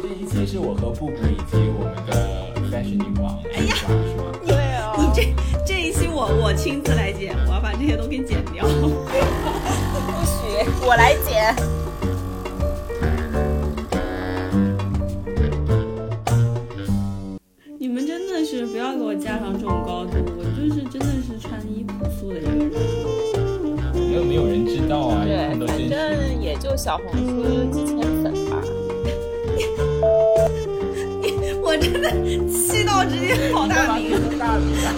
这一期是我和布布以及我们的 fashion 女王哎呀，是吗？对啊，你这这一期我我亲自来剪，我要把这些都给剪掉。不许我来剪。 你们真的是不要给我架上这种高度，我就是真的是穿衣朴素的一个人。又没有人知道啊，对一看，都反真实。正也就小红书几千粉吧。我真的气到直接跑大名，大名啊！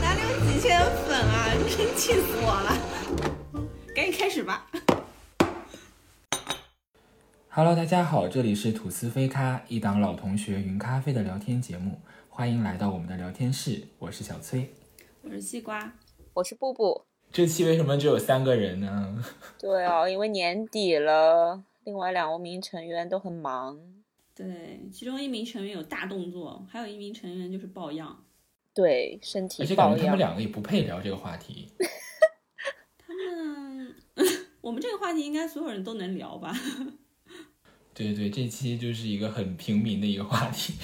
哪里有几千粉啊？真气死我了！ 赶紧开始吧。 Hello，大家好，这里是吐司飞咖，一档老同学云咖啡的聊天节目，欢迎来到我们的聊天室，我是小崔。我是西瓜，我是布布。这期为什么只有三个人呢？对哦，因为年底了，另外两名成员都很忙。对，其中一名成员有大动作，还有一名成员就是抱恙。对，身而体且感保觉他们养。两个也不配聊这个话 题。他们， 我们这个话题应该所有人都能聊吧？对对对，这期就是一个很平民的一个话题。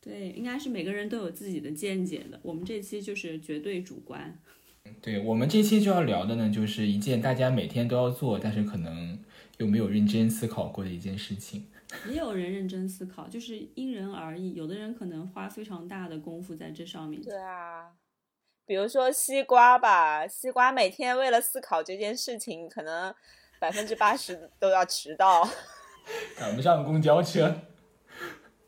对，应该是每个人都有自己的见解的。我们这期就是绝对主观。对我们这期就要聊的呢，就是一件大家每天都要做，但是可能又没有认真思考过的一件事情。也有人认真思考，就是因人而异。有的人可能花非常大的功夫在这上面，对啊，比如说西瓜吧，西瓜每天为了思考这件事情，可能百分之八十都要迟到。赶不上公交车。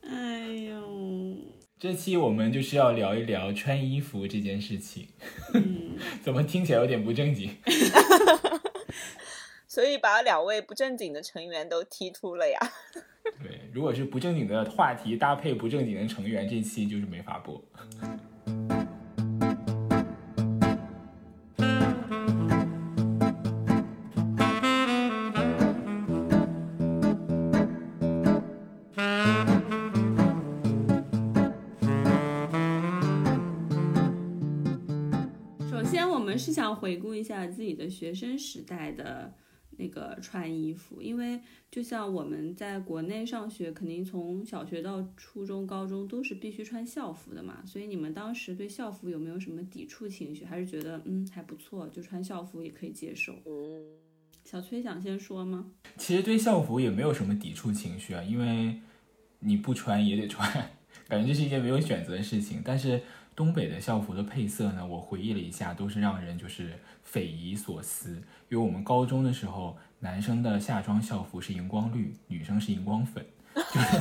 哎呦，这期我们就是要聊一聊穿衣服这件事情，嗯， 怎么听起来有点不正经？所以把两位不正经的成员都踢出了呀。对，如果是不正经的话题搭配不正经的成员，这期就是没法播。首先我们是想回顾一下自己的学生时代的那个穿衣服，因为就像我们在国内上学，肯定从小学到初中、高中都是必须穿校服的嘛，所以你们当时对校服有没有什么抵触情绪？还是觉得嗯还不错，就穿校服也可以接受？嗯，小崔想先说吗？其实对校服也没有什么抵触情绪啊，因为你不穿也得穿， 感觉这是一件没有选择的事情。但是东北的校服的配色呢，我回忆了一下，都是让人就是匪夷所思。因为我们高中的时候，男生的夏装校服是荧光绿，女生是荧光粉。就是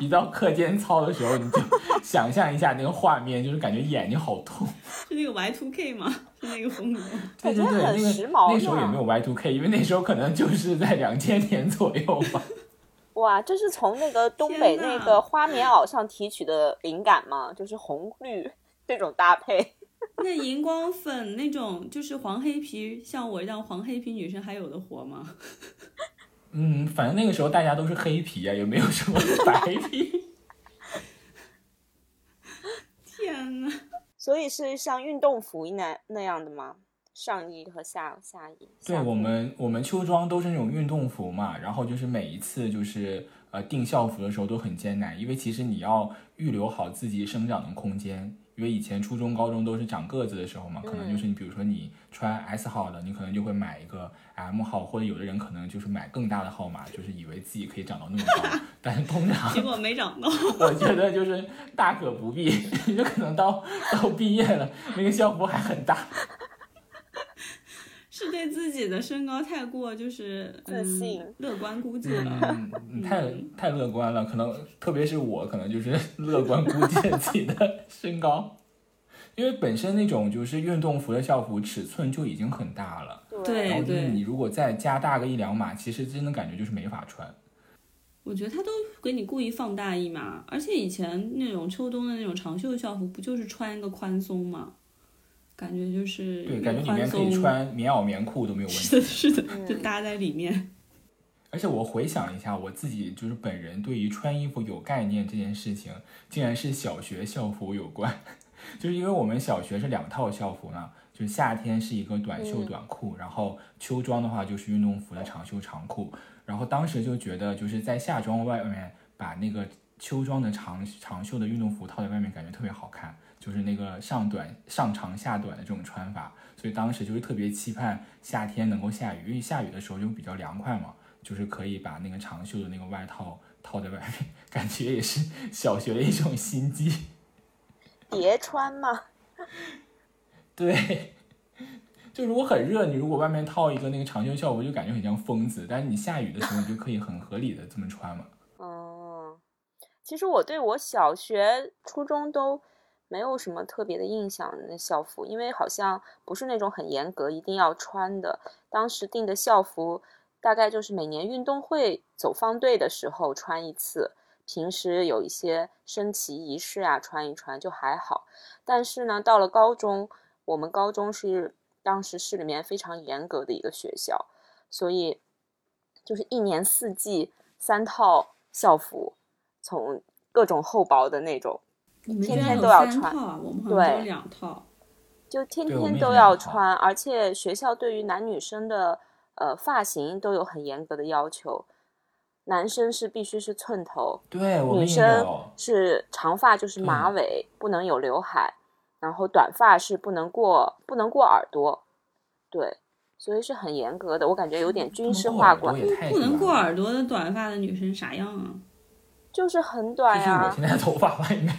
一到课间操的时候，你就想象一下那个画面，就是感觉眼睛好痛。是那个 Y two K 吗？是那个风格。对对感觉对，很那时个髦那时候也呢没有 Y two K，因为那时候可能就是在两千年左右吧。哇，这是从那个东北天呐那个花棉袄上提取的灵感吗？就是红绿这种搭配。 那荧光粉那种，就是黄黑皮，像我这样黄黑皮女生还有的活吗？ 嗯，反正那个时候大家都是黑皮啊，也没有什么 白皮。天呐，所以是像运动服那那样的吗？上衣和下下衣。对下裤我们，我们秋装都是那种运动服嘛，然后就是每一次就是呃定校服的时候都很艰难，因为其实你要预留好自己生长的空间，因为以前初中、高中都是长个子的时候嘛，可能就是你比如说你穿 S 号的，你可能就会买一个 M 号，或者有的人可能就是买更大的号码，就是以为自己可以长到那么高， 但是通常结果没长到。 我觉得就是大可不必， 你就可能到 到毕业了，那个校服还很大。是对自己的身高太过就是嗯自信乐观估计了。嗯， 太太乐观了，可能特别是我，可能就是乐观估计了自己的身高，因为本身那种就是运动服的校服尺寸就已经很大了，对然后对就是你如果再加大个一两码，其实真的感觉就是没法穿。我觉得他都给你故意放大一码，而且以前那种秋冬的那种长袖校服，不就是穿一个宽松吗？感觉就是对，越感觉里宽面可以松。 穿棉袄、棉裤都没有问题。是的，是嗯的，就搭在里面。而且我回想一下，我自己就是本人对于穿衣服有概念这件事情， 竟然是小学校服有关，就是因为我们小学是两套校服呢，就夏天是一个短袖短裤，然后秋装的话就是运动服的长袖长裤。然后当时就觉得就是在夏装外面把那个秋装的长长袖的运动服套在外面，感觉特别好看，就是那个上短上长下短的这种穿法。所以当时就是特别期盼夏天能够下雨，因为下雨的时候就比较凉快嘛，就是可以把那个长袖的那个外套套在外面，感觉也是小学的一种心机。叠穿嘛，对，就如果很热，你如果外面套一个那个长袖校服，就感觉很像疯子。但是你下雨的时候，你就可以很合理的这么穿嘛。嗯，其实我对我小学、初中都没有什么特别的印象，那校服，因为好像不是那种很严格一定要穿的。当时定的校服大概就是每年运动会走方队的时候穿一次，平时有一些升旗仪式啊穿一穿就还好。但是呢，到了高中，我们高中是当时市里面非常严格的一个学校，所以就是一年四季三套校服，从各种厚薄的那种，你们居天然天有都要三穿套，啊我们好像只有对两套。就天对我们天也都是要两套穿，而且学校对于男女生的呃发型都有很严格的要求，男生是必须是寸头，对，我女们也生有。是长发就是马尾，不能有刘海，然后短发是不能过不能过耳朵，对，所以是很严格的，我感觉有点军事化不能过耳朵管，也太不能过短了耳朵的短发的女生啥样啊？就是很短就是呀、我现在的头发外面，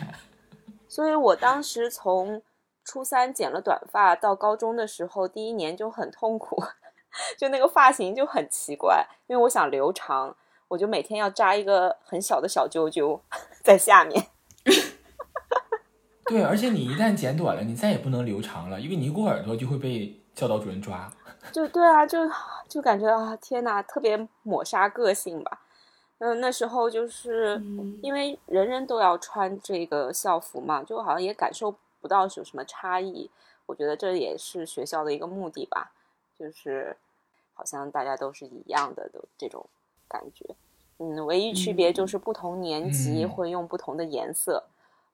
所以我当时从初三剪了短发到高中的时候，第一年就很痛苦， 就那个发型就很奇怪，因为我想留长，我就每天要扎一个很小的小揪揪 在下面。对，而且你一旦剪短了，你再也不能留长了，因为你一过耳朵就会被教导主任抓。就对啊，就就感觉啊，天呐，特别抹杀个性吧。嗯，那时候就是 嗯因为人人都要穿这个校服嘛，就好像也感受不到有什么差异。我觉得这也是学校的一个目的吧，就是好像大家都是一样的，都这种感觉。嗯，唯一区别就是不同年级嗯会用不同的颜色，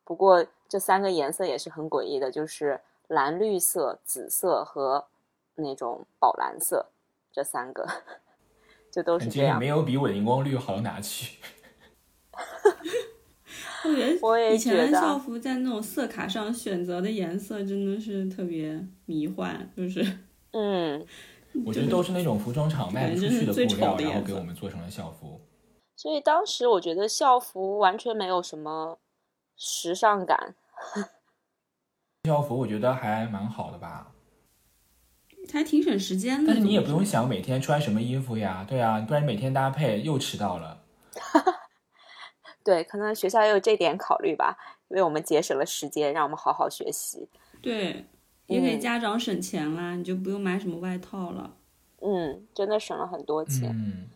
不过这三个颜色也是很诡异的，就是蓝绿色、紫色和那种宝蓝色，这三个 就都是感这觉也样没。有比稳荧光绿好到哪去。我觉得我也以前觉的得校服在那种色卡上选择的颜色真的是特别迷幻，就是嗯，我觉得都是那种服装厂卖不出去的布料，然后给我们做成了校服。所以当时我觉得校服完全没有什么时尚感，校服我觉得还蛮好的吧，还挺省时间的。但是你也不总用之想每天穿什么衣服呀，对啊，不然每天搭配又迟到了。对，可能学校也有这点考虑吧，为我们节省了时间，让我们好好学习。对，也给嗯家长省钱啦，你就不用买什么外套了。嗯，真的省了很多钱。嗯，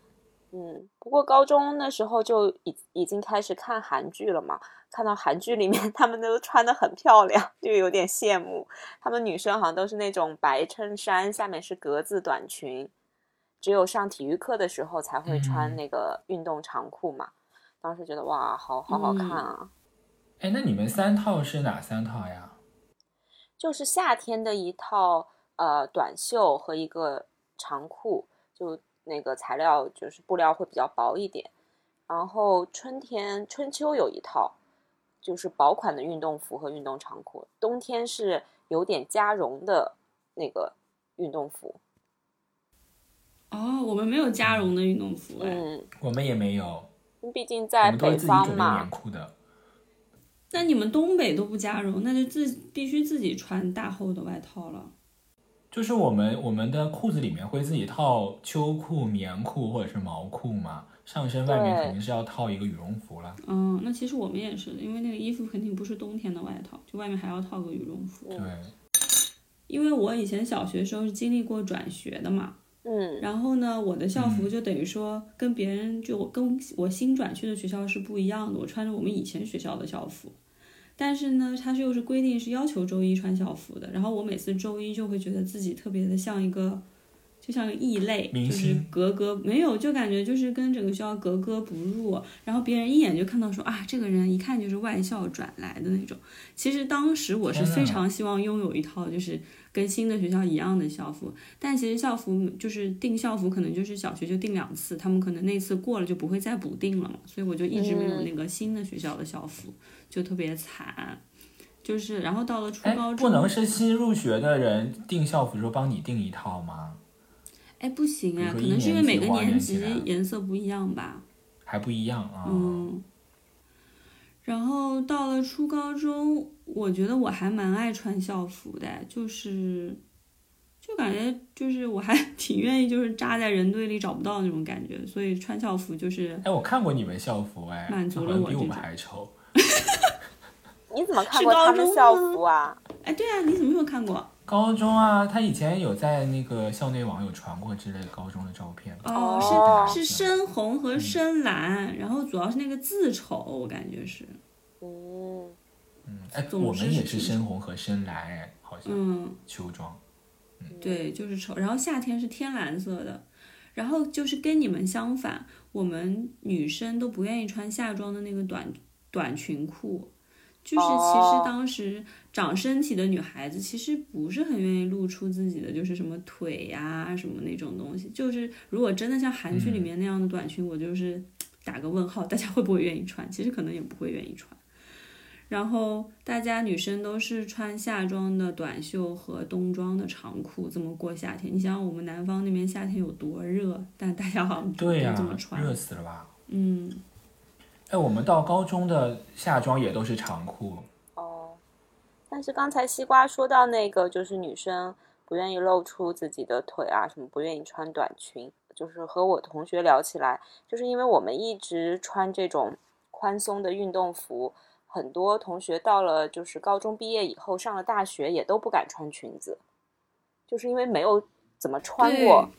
嗯，不过高中那时候就已已经开始看韩剧了嘛，看到韩剧里面 她们都穿的很漂亮，就有点羡慕。她们女生好像都是那种白衬衫，下面是格子短裙，只有上体育课的时候才会穿嗯那个运动长裤嘛。当时觉得哇，好好好看啊！哎，那你们三套是哪三套呀？就是夏天的一套呃短袖和一个长裤，就那个材料就是布料会比较薄一点。然后春天春秋有一套，就是薄款的运动服和运动长裤。冬天是有点加绒的那个运动服。哦，我们没有嗯加绒的运动服哎。嗯，我们也没有，毕竟我在们都北是自己方准备嘛棉，裤的。那你们东北都不加绒，那就自必须自己穿大厚的外套了。就是我们我们的裤子里面会自己套秋裤、棉裤或者是毛裤嘛，上身外面对肯定是要套一个羽绒服了。嗯，那其实我们也是的，因为那个衣服肯定不是冬天的外套，就外面还要套个羽绒服。对，嗯因为我以前小学时候是经历过转学的嘛，嗯然后呢，我的校服嗯就等于说跟别人就我跟我新转去的学校是不一样的，我穿着我们以前学校的校服，但是呢，它是又是规定是要求周一穿校服的，然后我每次周一就会觉得自己特别的像一个。就像个异类，明就是星格格没有，就感觉就是跟整个学校格格不入，然后别人一眼就看到说啊，这个人一看就是外校转来的那种。其实当时我是天呐非常希望拥有一套就是跟新的学校一样的校服。但其实校服就是订校服，可能就是小学就订两次，他们可能那次过了就不会再补订了嘛。所以我就一直没有那个新的学校的校服，就特别惨。就是然后到了初哎高，中，不能是新入学的人订校服的时候帮你订一套吗？哎不行啊，比如说一可能是因为每个年年级级花园起来颜色不一样吧。还不一样啊？嗯，然后到了初高中，我觉得我还蛮爱穿校服的，就是就感觉就是我还 挺愿意就是扎在人堆里找不到那种感觉，所以穿校服就是哎，我看过你们校服，哎，满足好了像我比这我们种还丑。你怎么看是过高他们中校吗服啊？哎，对啊，你什么时候看过？高中啊，他以前有在那个校内网有传过之类高中的照片吧。哦哦，是是深红和深蓝，然后主要是那个字丑，我感觉是，嗯，嗯，哎，总我之们是也是挺深红和深蓝，哎，好像嗯。秋装。对，就是丑。然后夏天是天蓝色的，然后就是跟你们相反，我们女生都不愿意穿夏装的那个短短裙裤。就是其哦实当时长身体的女孩子，其实不是很愿意露出自己的，就是什么腿呀、什么那种东西。就是如果真的像韩剧里面那样的短裙，我就是打个问号，大家会不会愿意穿？其实可能也不会愿意穿。然后大家女生都是穿夏装的短袖和冬装的长裤，这么过夏天。你想想我们南方那边夏天有多热，但大家好像不对呀、这么穿。热死了吧？嗯，哎，我们到高中的夏装也都是长裤，哦。但是刚才西瓜说到那个，就是女生不愿意露出自己的腿啊，什么不愿意穿短裙，就是和我同学聊起来，就是因为我们一直穿这种宽松的运动服，很多同学到了就是高中毕业以后，上了大学也都不敢穿裙子，就是因为没有怎么穿过对，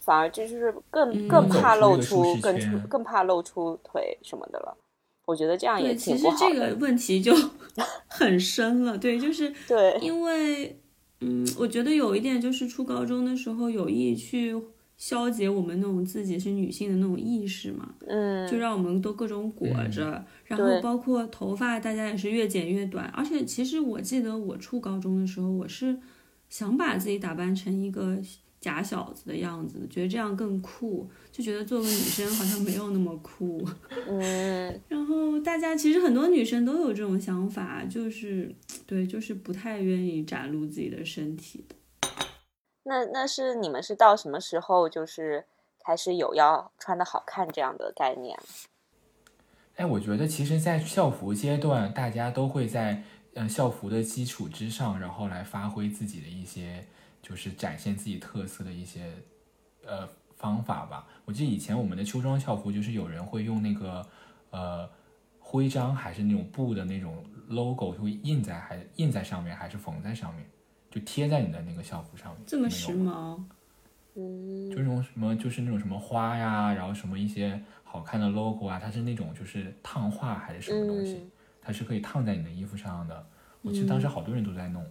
反而这就是更嗯更怕露走出出一个舒适更出圈更怕露出腿什么的了。我觉得这样也对，挺其实不好这个的。问题就 很深了。对，就是对，因为，嗯，我觉得有一点就是初高中的时候有意去消解我们那种自己是女性的那种意识嘛。嗯，就让我们都各种裹着，然对后包括头发，大家也是越剪越短。而且其实我记得我初高中的时候，我是想把自己打扮成一个假小子的样子，觉得这样更酷，就觉得做个女生好像没有那么酷。嗯，然后大家其实很多女生都有这种想法，就是对，就是不太愿意展露自己的身体的。那那是你们是到什么时候就是开始有要穿的好看这样的概念？哎，我觉得其实，在校服阶段，大家都会在呃校服的基础之上，然后来发挥自己的一些，就是展现自己特色的一些呃方法吧。我记得以前我们的秋装校服，就是有人会用那个呃徽章还是那种布的那种 logo，就会印在还印在上面，还是缝在上面，就贴在你的那个校服上面。这么你们有时吗髦，嗯，就是那种什么，就是那种什么花呀，然后什么一些好看的 logo 啊，它是那种就是烫画还是什么东西，嗯它是可以烫在你的衣服上的。我记得当时好多人都在弄，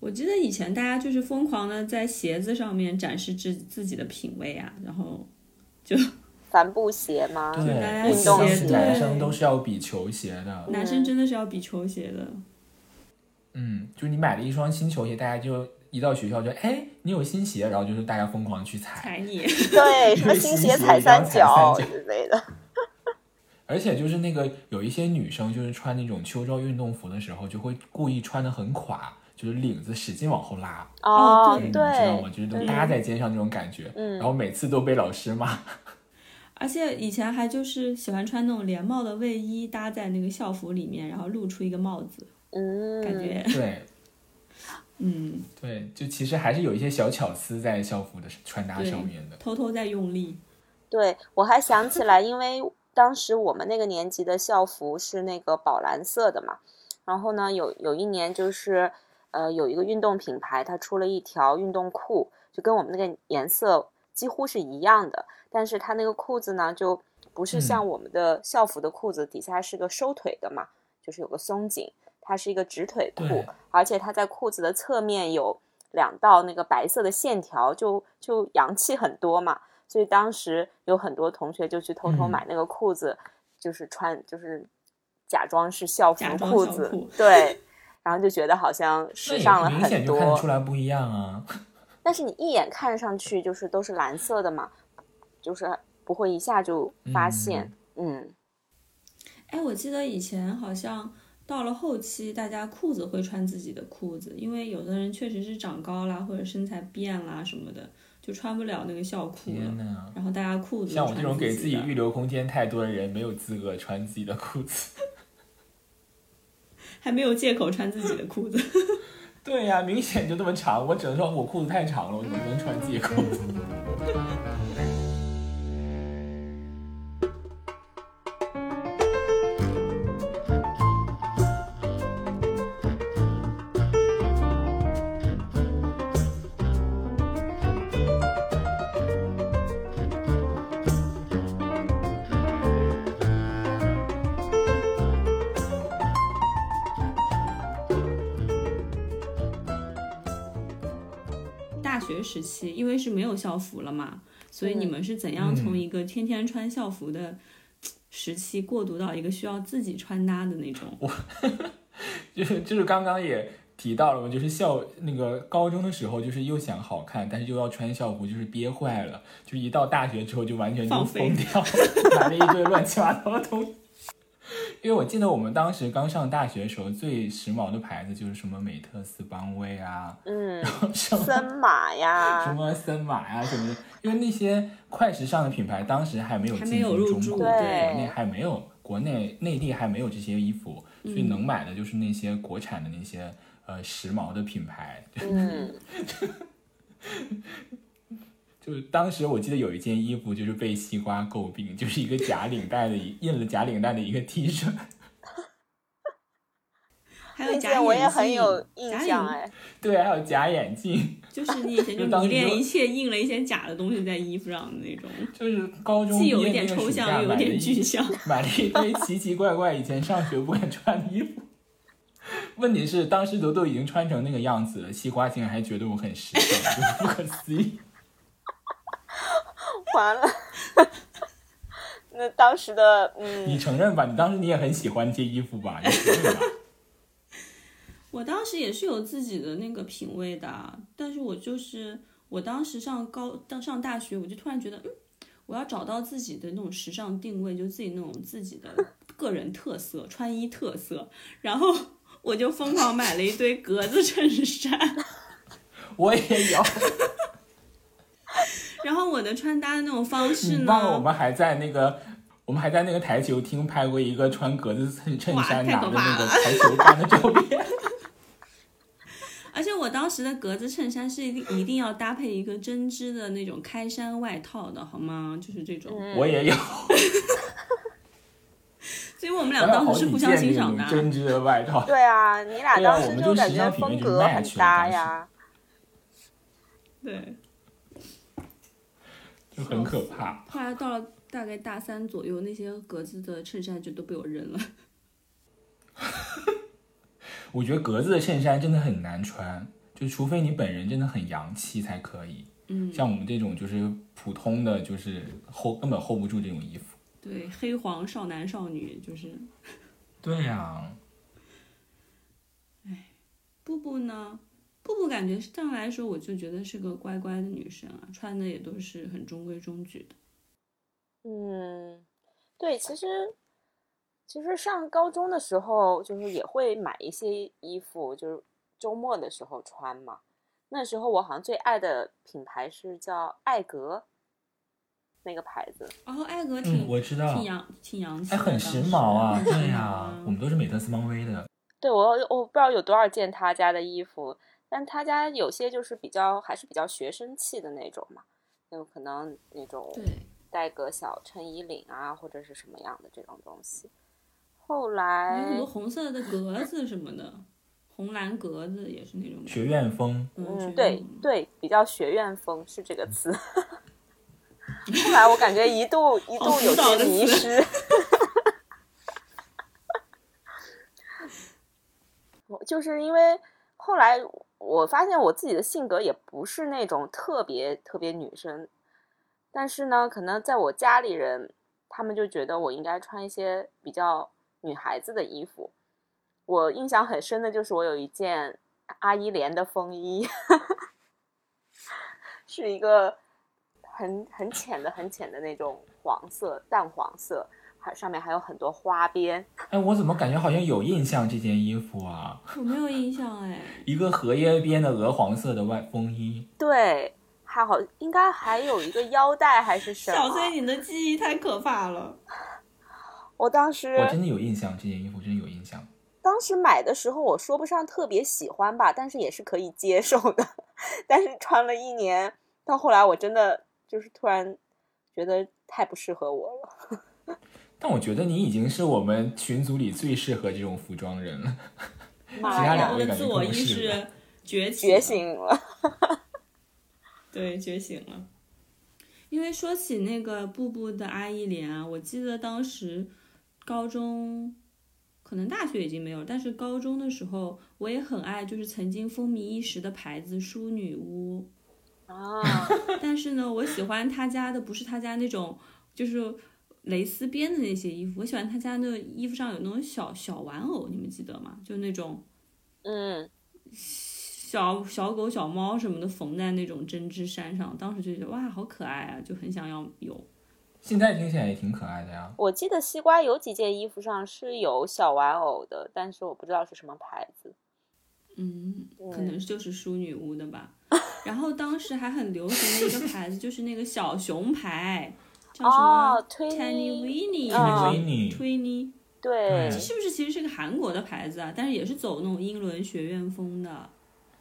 我记得以前大家就是疯狂的在鞋子上面展示自自己的品味啊，然后帆布鞋吗？ 对，大家我记得当时嗯运动鞋男生都是要比球鞋的，男生真的是要比球鞋的。嗯，就你买了一双新球鞋，大家就一到学校就哎，你有新鞋，然后就是大家疯狂去踩，踩你，对，什么新鞋踩三角之类的。而且就是那个有一些女生就是穿那种秋装运动服的时候，就会故意穿的很垮，就是领子使劲往后拉，哦你对知道吗？就是对搭在肩上那种感觉，嗯然后每次都被老师 骂。 而且以前还就是喜欢穿那种连帽的卫衣搭在那个校服里面，然后露出一个帽子，嗯，感觉对嗯，对，就其实还是有一些小巧思在校服的穿搭上面的。偷偷在用力。对我还想起来，因为当时我们那个年级的校服是那个宝蓝色的嘛，然后呢，有有一年就是，呃，有一个运动品牌，它出了一条运动裤，就跟我们那个颜色几乎是一样的，但是它那个裤子呢，就不是像我们的校服的裤子底下是个收腿的嘛，就是有个松紧，它是一个直腿裤对，而且它在裤子的侧面有两道那个白色的线条，就就洋气很多嘛。所以当时有很多同学就去偷偷嗯买那个裤子，就是穿就是假装是校服假装裤校子，裤 对。然后就觉得好像那时也尚了明显很就看得多出。来不一样啊。但是你一眼看上去就是都是蓝色的嘛，就是不会一下就发现。嗯，哎，我记得以前好像到了后期，大家裤子会穿自己的裤子，因为有的人确实是长高啦，或者身材变啦什么的，就穿不了那个校裤天哪！了。嗯然后大家裤子像我穿这种给自自己的预留空间太多的人，没有资格穿自己的裤子。 还没有借口穿自己的裤子。对呀、明显就这么长，我只能说我裤子太长了，我怎么能穿自己裤子？大学时期，因为是没有校服了嘛，所以你们是怎样嗯从一个天天穿校服的时期过渡到一个需要自己穿搭的那种？就是就是刚刚也提到了嘛，就是校那个高中的时候，就是又想好看，但是又要穿校服，就是憋坏了。就一到大学之后，就完全就放疯飞掉，买了一堆乱七八糟的东西。因为我记得我们当时刚上大学的时候，最时髦的牌子就是什么美特斯邦威啊，嗯， 什么森马什呀，么森马呀、什么的，因为那些快时尚的品牌当时还没有还进没有军入中驻国，对国内还没有，国内内地还没有这些衣服，所嗯以能买的就是那些国产的那些呃时髦的品牌。 嗯，就是当时我记得有一件衣服就是被西瓜诟病，就是一个假领带的一印了假领带的一个 T 恤， 还有那假眼件镜，我也很有印假眼象哎。对，还有假眼镜，就是你以前就就 当迷时就恋一切印了一些假的东西在衣服上的那种，就是高中既有毕一业点那个抽暑假象，又有买的点一具象。 买了一堆奇奇怪怪以前上学不敢穿的衣服。问题是，当时都都已经穿成那个样子了，西瓜竟然还觉得我很时尚，就不可思议。完了， 那当时的嗯，你承认吧？你当时你也很喜欢这衣服吧？你承认吧？我当时也是有自己的那个品味的啊，但是我就是我当时上高当上大学，我就突然觉得，嗯，我要找到自己的那种时尚定位，就自己那种自己的个人特色，穿衣特色，然后 我就疯狂买了一堆格子衬衫。我也有。然后我的穿搭的那种方式你忘了我呢，们还在那个。我们还在那个台球厅拍过一个穿格子衬衬衫哇太拿可着怕那个了台球杆的照 片，而且我当时的格子衬衫是一定一定要搭配一个针织的那种开衫外套的，好吗？就是这种，嗯我也有。所以我们还俩有好当几时是件互相欣那赏种的啊。针织的外套， 对啊，你俩对啊当我时们就都感时觉尚品味风就格 match 很了搭当时呀。对，就很可怕。后来到了大概大三左右，那些格子的衬衫就都被我扔了。我觉得格子的衬衫真的很难穿，就除非你本人真的很洋气才可以。嗯，像我们这种就是普通的，就是厚根本 hold 不住这种衣服。 对，黑黄少男少女就是。对呀、布布呢，布布感觉上来说，我就觉得是个乖乖的女生啊，穿的也都是很中规中矩的。嗯，对，其实其实上高中的时候，就是也会买一些衣服，就是周末的时候穿嘛。那时候我好像最爱的品牌是叫艾格，那个牌子。然后哦艾格挺、嗯，我知道挺，洋挺洋气哎，的，嗯很时髦啊，对呀、我们都是美特斯邦威的，对，我我不知道有多少件他家的衣服，但他家有些就是比较还是比较学生气的那种嘛，就可能那种对，带个小衬衣领啊，或者是什么样的这种东西。后有很来多，红色的格子什么的，红蓝格子也是那种感觉学院风。嗯，嗯，对对，比较学院风是这个词。 后来我感觉一度一好度古有早些的迷词失。我就是因为后来我发现我自己的性格也不是那种特别特别女生，但是呢，可能在我家里人他们就觉得我应该穿一些比较女孩子的衣服，我印象很深的就是我有一件阿依莲的风衣，是一个很很浅的、很浅的那种黄色、淡黄色，还上面还有很多花边。哎，我怎么感觉好像有印象这件衣服啊？我没有印象哎，一个荷叶边的鹅黄色的外风衣，对，还好应该还有一个腰带还是什小么。崔，你的记忆太可怕了。我当时我真的有印象，这件衣服真的有印象。当时买的时候，我说不上特别喜欢吧，但是也是可以接受的。 但是穿了一年，到后来我真的就是突然觉得太不适合我了。但我觉得你已经是我们群组里最适合这种服装人了。妈其他呀两我位的感自觉我更意是识觉醒，觉，醒了，对，觉醒了。因为说起那个步步的阿依莲啊，我记得当时高中，可能大学已经没有，但是高中的时候，我也很爱，就是曾经风靡一时的牌子淑女屋。啊，但是呢，我喜欢他家的不是他家那种就是蕾丝边的那些衣服，我喜欢他家的衣服上有那种小小玩偶，你们记得吗？就那种嗯，小小狗、小猫什么的缝在那种针织衫上，当时就觉得哇，好可爱啊，就很想要有。现在听起来也挺可爱的呀。我记得西瓜有几件衣服上是有小玩偶的，但是我不知道是什么牌子。嗯，可嗯能就是淑女屋的吧。然后当时还很流行的一个牌子，就是那个小熊牌，叫什么哦推 Tiny 尼 Weenie，啊维尼，推尼。对，对是不是其实是个韩国的牌子啊？但是也是走那种英伦学院风的，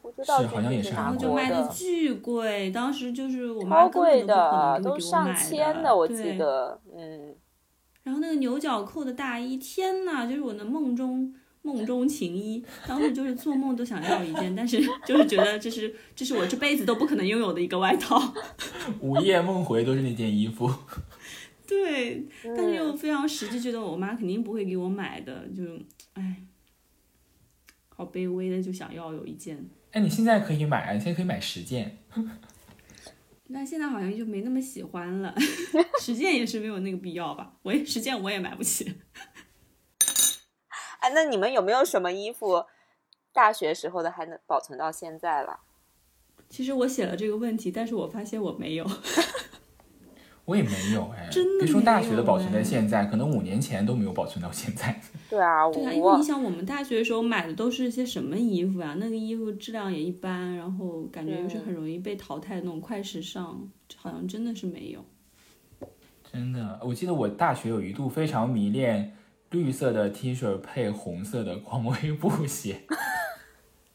我知道是好像也是这个韩哪国就国卖的的，巨贵。当时就是我妈超根贵本都不可能给我都给我上买千的，我对记。得，嗯，然后那个牛角扣的大衣，天呐，就是我的梦中梦中情衣。当时就是做梦都想要一件，但是就是觉得这是这是我这辈子都不可能拥有的一个外套。 午夜梦回都是那件衣服。对，但是又嗯非常实际，觉得我妈肯定不会给我买的，就唉，好卑微的就想要有一件。哎，你现在可以买啊，你现在可以买十件。但现在好像就没那么喜欢了， 实践也是没有那个必要吧。我也实践我也买不起。哎，那你们有没有什么衣服大学时候的还能保存到现在了？其实我写了这个问题，但是我发现我没有。我也没 有哎，真的别说大学没有的保存在哎现在，可能五年前都没有保存到 现在。对啊，对啊，因为我你想，我们大学的时候买的都是一些什么衣服啊？那个衣服质量也一般，然后感觉又是很容易被淘汰的那种快时尚，好像真的是没有。真的，我记得我大学有一度非常迷恋绿色的 T 恤配红色的匡威布鞋，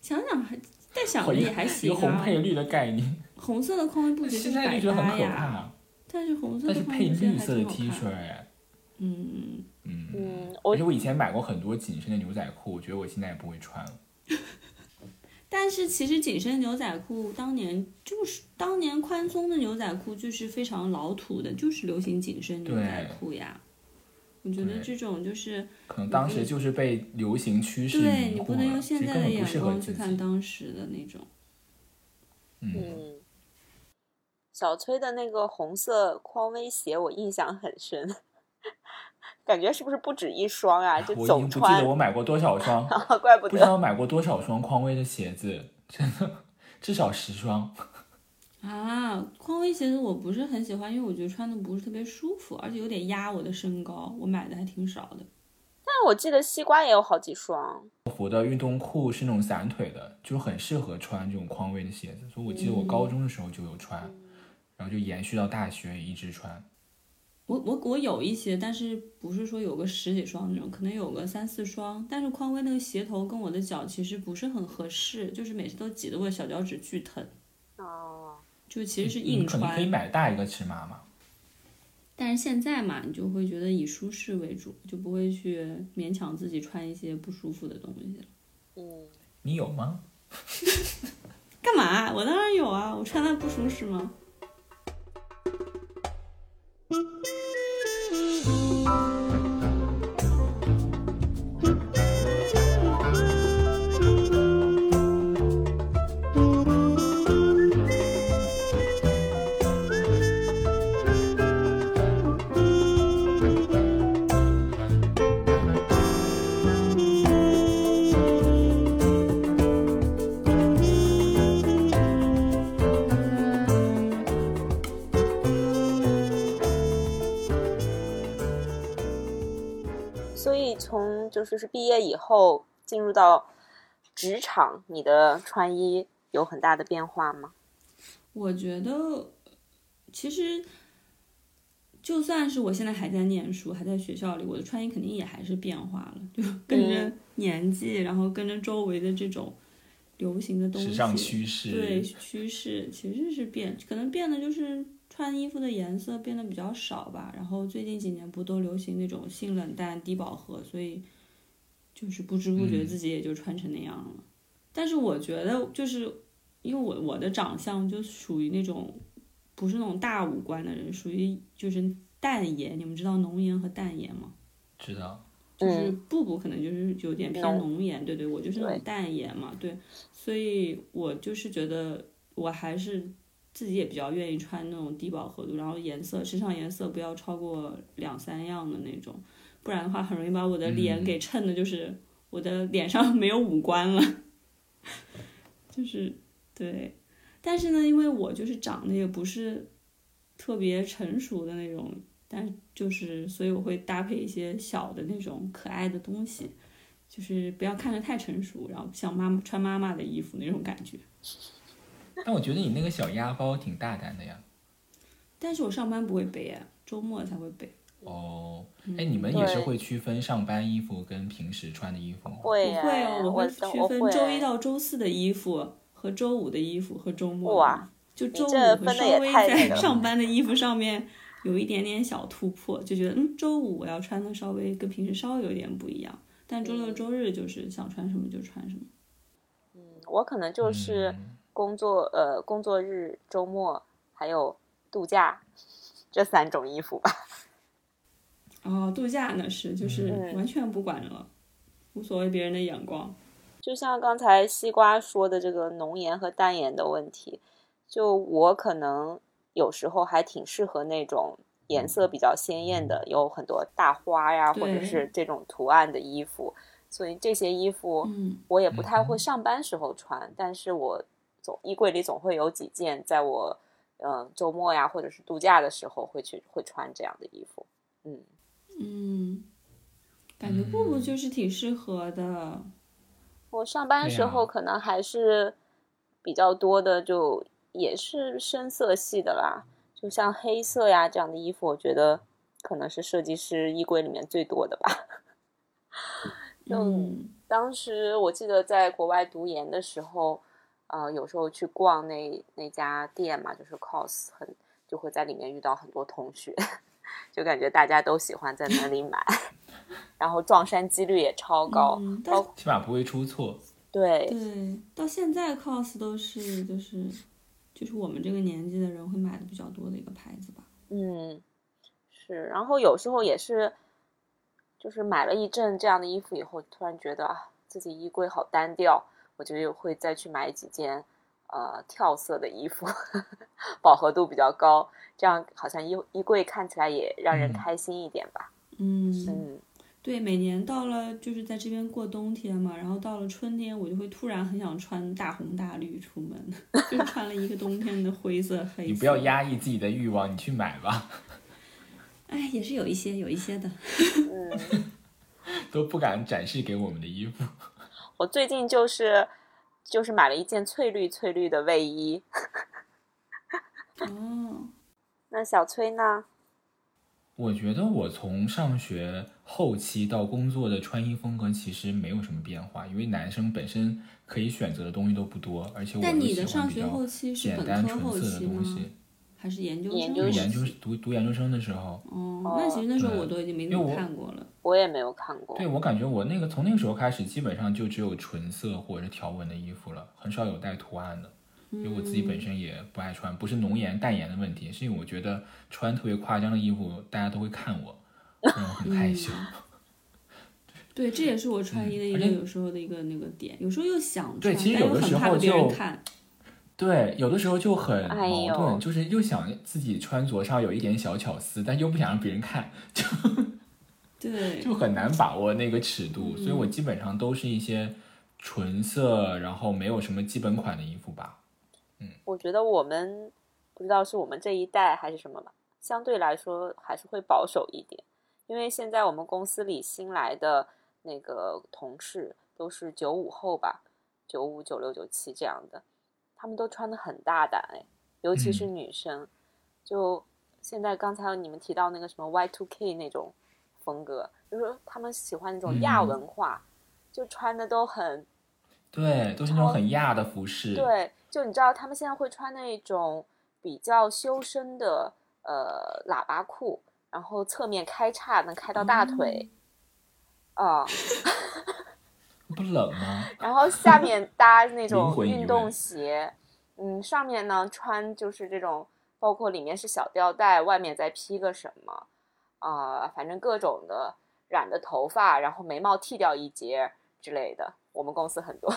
想想还，但想好着一也还一行个红啊。配绿的概念，红色的匡威布鞋现就是在百就觉得搭很可呀，怕。但是红色但的是匡配威布鞋绿还色的挺好 T 恤，看。哎，嗯，嗯，嗯，而我且我以前买过很多紧身的牛仔裤，我觉得我现在也不会穿了。但是其实紧身牛仔裤当年就是当年宽松的牛仔裤就是非常老土的，就是流行紧身牛仔裤呀。我觉得对这种就是可能当时就是被流行趋势对迷你惑不能了，用其现实在根的本不眼适合光去自己。看当时的那种。嗯，嗯，小崔的那个红色匡威鞋，我印象很深， 感觉是不是不止一双啊？就哎我已总经不记穿得，我买过多少 双，怪不不知得道买过多少双匡威的鞋子，真的至少十双。啊，匡威鞋子我不是很喜欢，因为我觉得穿的不是特别舒服，而且有点压我的身高。我买的还挺少的。但我记得西瓜也有好几双。我的运动裤是那种散腿的，就很适合穿这种匡威的鞋子，所以我记得我高中的时候就有穿，然后就延续到大学也一直穿。我我我有一些，但是不是说有个十几双那种，可能有个三四双。但是匡威那个鞋头跟我的脚其实不是很合适，就是每次都挤得我小脚趾巨疼，哦，就其实是你硬可能可以穿。买大一个尺码嘛。但是现在嘛，你就会觉得以舒适为主，就不会去勉强自己穿一些不舒服的东西了。嗯，你有吗？干嘛？我当然有啊，我穿它不舒适吗？所以从就是是毕业以后进入到职场，你的穿衣有很大的变化吗？我觉得其实就算是我现在还在念书，还在学校里，我的穿衣肯定也还是变化了，就跟嗯着年纪，然后跟着周围的这种流行的东西，时尚趋势，对趋势其实是变，可能变的就是穿衣服的颜色变得比较少吧。然后最近几年不都流行那种性冷淡、低饱和，所以就是不知不觉嗯自己也就穿成那样了。但是我觉得，就是因为我我的长相就属于那种不是那种大五官的人，属于就是淡颜。你们知道浓颜和淡颜吗？知道，就是布布可能就是有点偏嗯浓浓颜，对对，我就是那种对淡颜嘛，对，所以我就是觉得我还是自己也比较愿意穿那种低饱和度，然后颜色身上颜色不要超过两三样的那种，不然的话很容易把我的脸嗯给衬的，就是我的脸上没有五官了， 就是对，但是呢，因为我就是长得也不是特别成熟的那种但就是所以我会搭配一些小的那种可爱的东西，就是不要看着太成熟，然后像妈妈穿妈妈的衣服那种感觉。但我觉得你那个小鸭包挺大胆的呀。但是我上班不会背啊，周末才会背。哦，嗯哎，你们也是会区分上班衣服跟平时穿的衣服吗？会我会哦，我会我区会啊分周一到周四的衣服和周五的衣服和周末。哇，就周五你这会分得稍也微太那在个了上班的衣服上面有一点点小突破，就觉得嗯，周五我要穿的稍微跟平时稍微有点不一样。但周嗯六周日就是想穿什么就穿什么。我可能就是嗯工作呃工作日、周末还有度假这三种衣服吧。 哦，度假那是就是嗯完全不管了，无所谓别人的眼光。就像刚才西瓜说的这个浓颜和淡颜的问题，就我可能有时候还挺适合那种颜色比较鲜艳的，有很多大花呀，或者对是这种图案的衣服，所以这些衣服，嗯，我也不太会嗯上班时候穿，但是我总衣柜里总会有几件，在我嗯、呃周末呀或者是度假的时候会去会穿这样的衣服。嗯，嗯，感觉布布就是挺适合的。我上对班啊时候呀可能还是比较多的，就也是深色系的啦，就像黑色呀这样的衣服，我觉得可能是设计师衣柜里面最多的吧。 嗯，当时我记得在国外读研的时候，呃，有时候去逛那那家店嘛，就是 COS，很就会在里面遇到很多同学， 就感觉大家都喜欢在那里买， 然后撞衫几率也超高。嗯但包括起码不会出错。对对，到现在 cos 都是就是就是我们这个年纪的人会买的比较多的一个牌子吧。嗯，是，然后有时候也是，就是买了一阵这样的衣服以后，突然觉得啊，自己衣柜好单调，我就又会再去买几件呃跳色的衣服， 饱和度比较高，这样好像衣衣柜看起来也让人嗯开心一点吧。嗯，嗯对，每年到了就是在这边过冬天嘛，然后到了春天，我就会突然很想穿大红大绿出门， 就是穿了一个冬天的 灰色、黑色。你不要压抑自己的欲望，你去买吧，哎，也是有一些有一些 的。嗯，都不敢展示给我们的衣服。我最近就是就是买了一件翠绿翠绿的卫衣，哦，那小崔呢？我觉得我从上学后期到工作的穿衣风格其实没有什么变化，因为男生本身可以选择的东西都不多，而且我但又你的喜上欢比学较后期是简本单科纯后色的期东吗？西。还是研究生？研读究研究读读研究生的时候，哦，那其实那时候我都已经没怎因为么我看过了。我也没有看过对，我感觉我那个从那个时候开始，基本上就只有纯色或者是条纹的衣服了，很少有带图案的。因为我自己嗯本身也不爱穿，不是浓颜淡颜的问题，是因为我觉得穿特别夸张的衣服，大家都会看我，让我很害羞。嗯对，这也是我穿衣的一个嗯而且有时候的一个那个点，有时候又想穿，对其实但又有的很时怕候被别人就看。 对，有的时候就很哎矛呦盾，就是又想自己穿着上有一点小巧思，但又不想让别人看，对，就很难把握那个尺度。所以我基本上都是一些纯色，然后没有什么基本款的衣服吧。我觉得我们不知道是我们这一代还是什么吧，相对来说还是会保守一点，因为现在我们公司里新来的那个同事都是九五后吧，九五、九六、九七这样的，他们都穿的很大胆哎，尤其是女生，就现在刚才你们提到那个什么 Y two K 那种风格，就是他们喜欢那种亚文化，就穿的都很对，都是那种很亚的服饰，对，就你知道他们现在会穿那种比较修身的呃喇叭裤，然后侧面开叉能开到大腿，嗯啊、不冷吗？然后下面搭那灵种魂运一动位鞋，嗯，上面呢穿就是这种，包括里面是小吊带，外面再披个什么，啊、反正各种的染的头发，然后眉毛剃掉一截之类的，我们公司很多。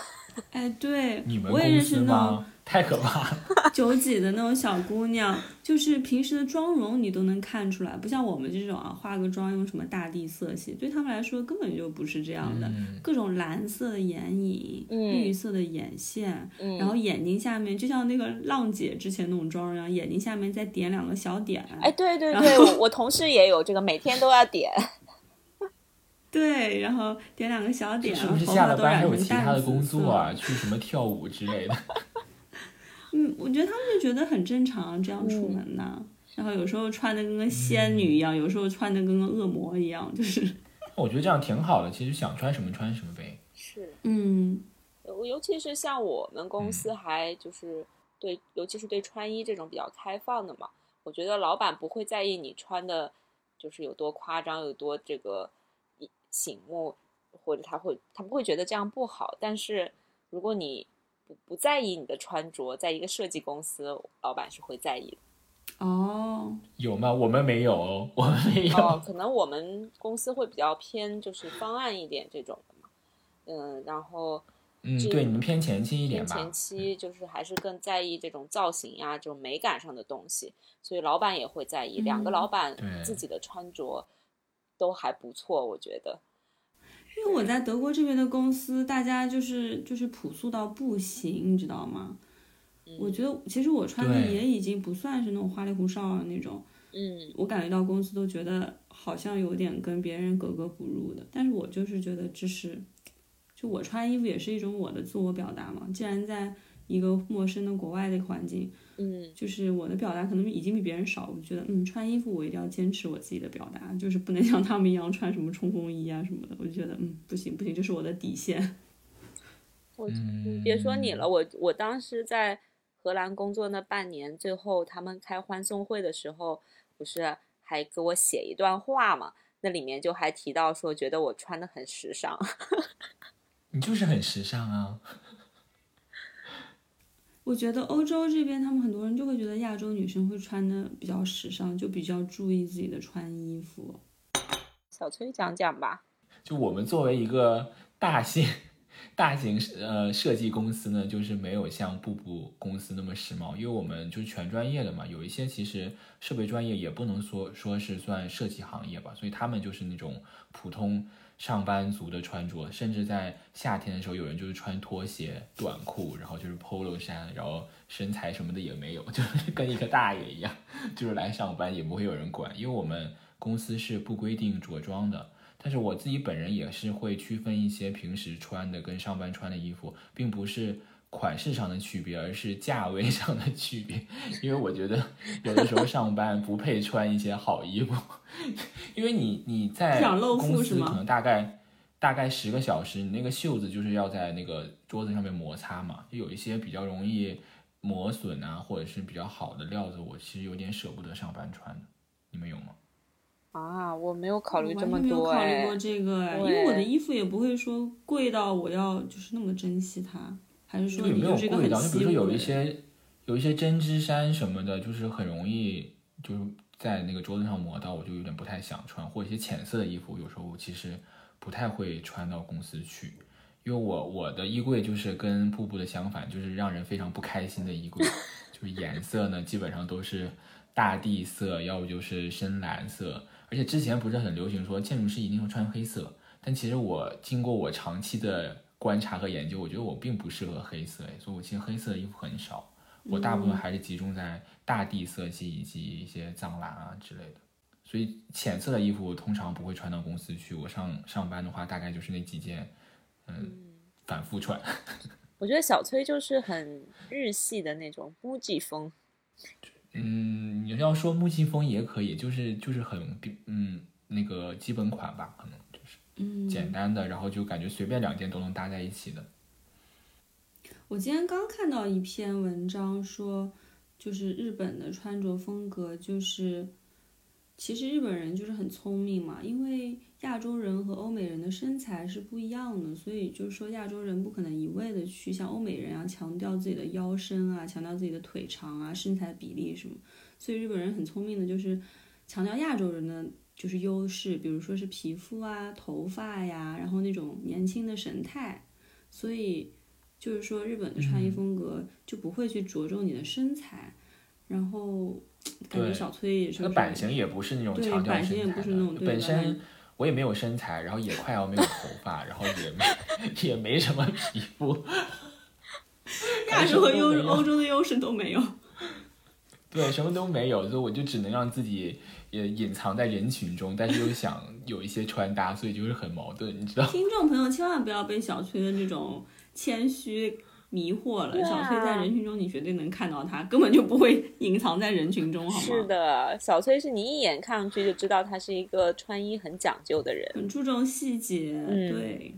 哎，对你，们我也认公识司那种吗？太可怕了！九几的那种小姑娘，就是平时的妆容你都能看出来，不像我们这种啊，化个妆用什么大地色系，对他们来说根本就不是这样的。嗯各种蓝色的眼影，嗯绿色的眼线，嗯然后眼睛下面就像那个浪姐之前那种妆容一样，眼睛下面再点两个小点。哎，对对然对，后我我同事也有这个，每天都要点。对，然后点两个小点，啊啊是不是头下发了都班染还有成其淡他的紫工作 色啊？去什么跳舞之类的？ 嗯，我觉得他们就觉得很正常，这嗯样出门呐、然后有时候穿的跟个仙女一样，有时候穿的跟个恶魔一样，就是，我觉得这样挺好的，其实想穿什么穿什么呗。是，嗯，呃尤尤其是像我们公司还就是对，尤其是对穿衣这种比较开放的嘛，我觉得老板不会在意你穿的，就是有多夸张，有多这个一醒目，或者他会他不会觉得这样不好。但是如果你不不在意你的穿着，在一个设计公司，老板是会在意的。 哦，有吗？我们没有哦，我们没 有。哦，可能我们公司会比较偏就是方案一点这种的嘛，嗯，然后。嗯，这对，你们偏前期一点吧偏嗯前。期就是还是更在意这种造型呀、这种美感上的东西，所以老板也会在意。两个嗯老板对自己的穿着都还不错，我觉得。因为我在德国这边的公司，大家就是就是朴素到不行，你知道吗？我觉得其实我穿的对也已经不算是那种花里胡哨的那种，嗯，我感觉到公司都觉得好像有点跟别人格格不入的，但是我就是觉得这是，就我穿衣服也是一种我的自我表达嘛。既然在一个陌生的国外的环境，嗯就是我的表达可能已经比别人少，我觉得嗯，穿衣服我一定要坚持我自己的表达，就是不能像他们一样穿什么冲锋衣啊什么的。我就觉得嗯，不行不行，这是我的底线。 我嗯，别说你了，我我当时在荷兰工作那半年，最后他们开欢送会的时候，不是还给我写一段话嘛？那里面就还提到说，觉得我穿的很时尚。 你就是很时尚啊。我觉得欧洲这边他们很多人就会觉得亚洲女生会穿的比较时尚，就比较注意自己的穿衣服。小崔讲讲吧。就我们作为一个大型大型呃设计公司呢，就是没有像步步公司那么时髦，因为我们就是全专业的嘛，有一些其实设备专业也不能说说是算设计行业吧，所以他们就是那种普通上班族的穿着，甚至在夏天的时候，有人就是穿拖鞋、短裤，然后就是 polo 衫，然后身材什么的也没有， 就是跟一个大爷一样，就是来上班也不会有人管，因为我们公司是不规定着装的。但是我自己本人也是会区分一些平时穿的跟上班穿的衣服，并不是款式上的区别，而是价位上的区别。因为我觉得有的时候上班不配穿一些好衣服，因为你你在不想露富公是司吗可能大概大概十个小时，你那个袖子就是要在那个桌子上面摩擦嘛，有一些比较容易磨损啊，或者是比较好的料子，我其实有点舍不得上班穿的。你们有吗？啊，我没有考虑这么我完全没有多考虑哎过。这个哎，因对为我的衣服也不会说贵到我要就是那么珍惜它，还是就说有你没有就是一个贵很到？就比如习说武有的一人些有一些针织衫什么的，就是很容易就是在那个桌子上磨到，我就有点不太想穿。或者一些浅色的衣服，有时候我其实不太会穿到公司去，因为我我的衣柜就是跟瀑布的相反，就是让人非常不开心的衣 柜，就是颜色呢基本上都是大地色，要不就是深蓝色。而且之前不是很流行说建筑师一定要穿黑色，但其实我经过我长期的观察和研究，我觉得我并不适合黑色，所以我其实黑色的衣服很少，我大部分还是集中在大地色系以及一些藏蓝啊之类的。所以浅色的衣服我通常不会穿到公司去。我上上班的话，大概就是那几件，嗯，反复穿。 我觉得小崔就是很日系的那种 MUJI 风，嗯，你要说木屐风也可以，就是就是很嗯那个基本款吧，可能就是嗯，简单的，然后就感觉随便两件都能搭在一起的。我今天刚看到一篇文章说，就是日本的穿着风格，就是其实日本人就是很聪明嘛，因为亚洲人和欧美人的身材是不一样的，所以就是说亚洲人不可能一味的去像欧美人啊强调自己的腰身啊，强调自己的腿长啊、身材比例什么，所以日本人很聪明的，就是强调亚洲人的。就是优势，比如说是皮肤啊、头发呀，然后那种年轻的神态，所以就是说日本的嗯穿衣风格就不会去着重你的身材，然后感觉对小崔也它是的版型也不是那种对强调版型也身不材是那种的，对本的版身我也没有身材，然后也快要没有头发，然后也没也没什么皮肤，亚洲和欧欧洲的优势都没有。对，什么都没有，所以我就只能让自己也隐藏在人群中，但是又想有一些穿搭，所以就是很矛盾，你知道吗？听众朋友千万不要被小崔的这种谦虚迷惑了，对啊小崔在人群中你绝对能看到他，根本就不会隐藏在人群中，好吗？是的，小崔是你一眼看上去就知道他是一个穿衣很讲究的人。很注重细节，嗯对，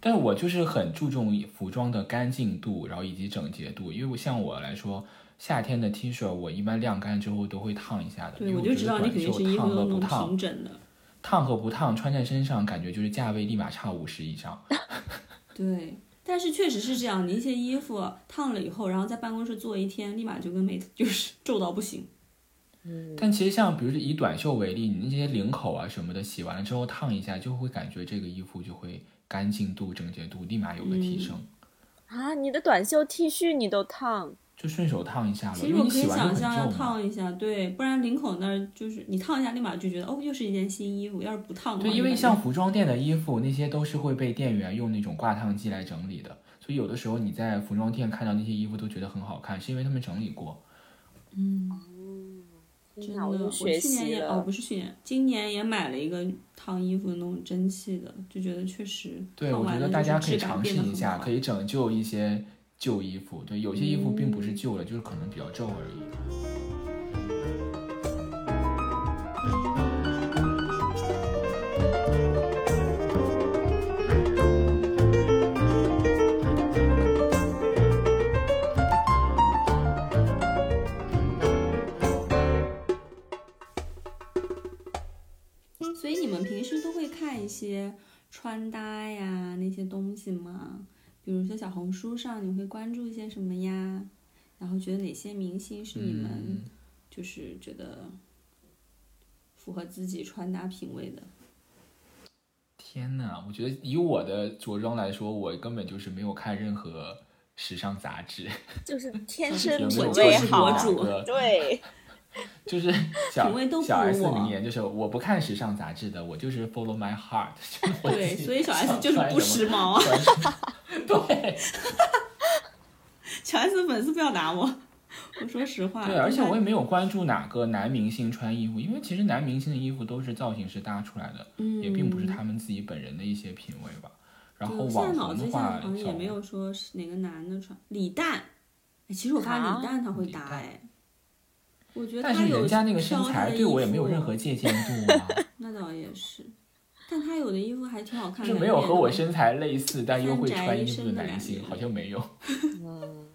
但是我就是很注重服装的干净度，然后以及整洁度，因为我像我来说，夏天的 T 恤我一般晾干之后都会烫一下的，对因为我觉就知得道你短肯定袖是衣烫服和都不弄烫，平整的，烫和不烫穿在身上感觉就是价位立马差五十以上。对。但是确实是这样，你一些衣服烫了以后，然后在办公室坐一天，立马就跟没就是皱到不行。嗯但其实像比如说以短袖为例，你那些领口啊什么的，洗完了之后烫一下，就会感觉这个衣服就会干净度、整洁度立马有个嗯提升，啊，你的短袖 T 恤你都烫，就顺手烫一下了。其因实为我你可以洗完想就象要很皱嘛。烫一下，对，不然领口那儿就是你烫一下，立马就觉得哦，又是一件新衣服。要是不烫的话，对，因为就感觉像服装店的衣服，那些都是会被店员用那种挂烫机来整理的，所以有的时候你在服装店看到那些衣服都觉得很好看，是因为他们整理过。天真哪，的，我我又学去年习也哦，了。不是去年，今年也买了一个烫衣服的那种蒸汽的，就觉得确实对，烫我觉完得了大就是家可以质感尝变试得一很下，好可以拯救一些旧衣服。对，有些衣服并不是旧了，就是可能比较皱而已。所以你们平时都会看一些穿搭呀那些东西吗？比如说小红书上你会关注一些什么呀？然后觉得哪些明星是你们嗯就是觉得符合自己穿搭品味的？天呐，我觉得以我的着装来说，我根本就是没有看任何时尚杂志， 就是天也生没品有味关注好过哪，主个对，就是小品味都不如小 S 我名言，就是我不看时尚杂志的，我就是 follow my heart，就是 我对，自己所以小 S 想就是穿不什时么髦。啊穿什么 对 小 S 粉丝不要打我， 我说实话。对，而且但我也没有关注哪个男明星穿衣服，因为其实男明星的衣服都是造型师搭出来的，也并不是嗯他们自己本人的一些品味吧。然后就现在网脑红子的现在话好，像小也没有说是哪个男的穿李诞，哎其实我发现李啊诞他会李搭诞哎，我觉得但他是有人家那个挑身他材的对我衣也没有服任 何借鉴度啊。那倒也是，但他有的衣服还挺好看就的，是没有和我身。身材类似但又会穿衣服的男三宅一生的感性，觉好像没有。嗯，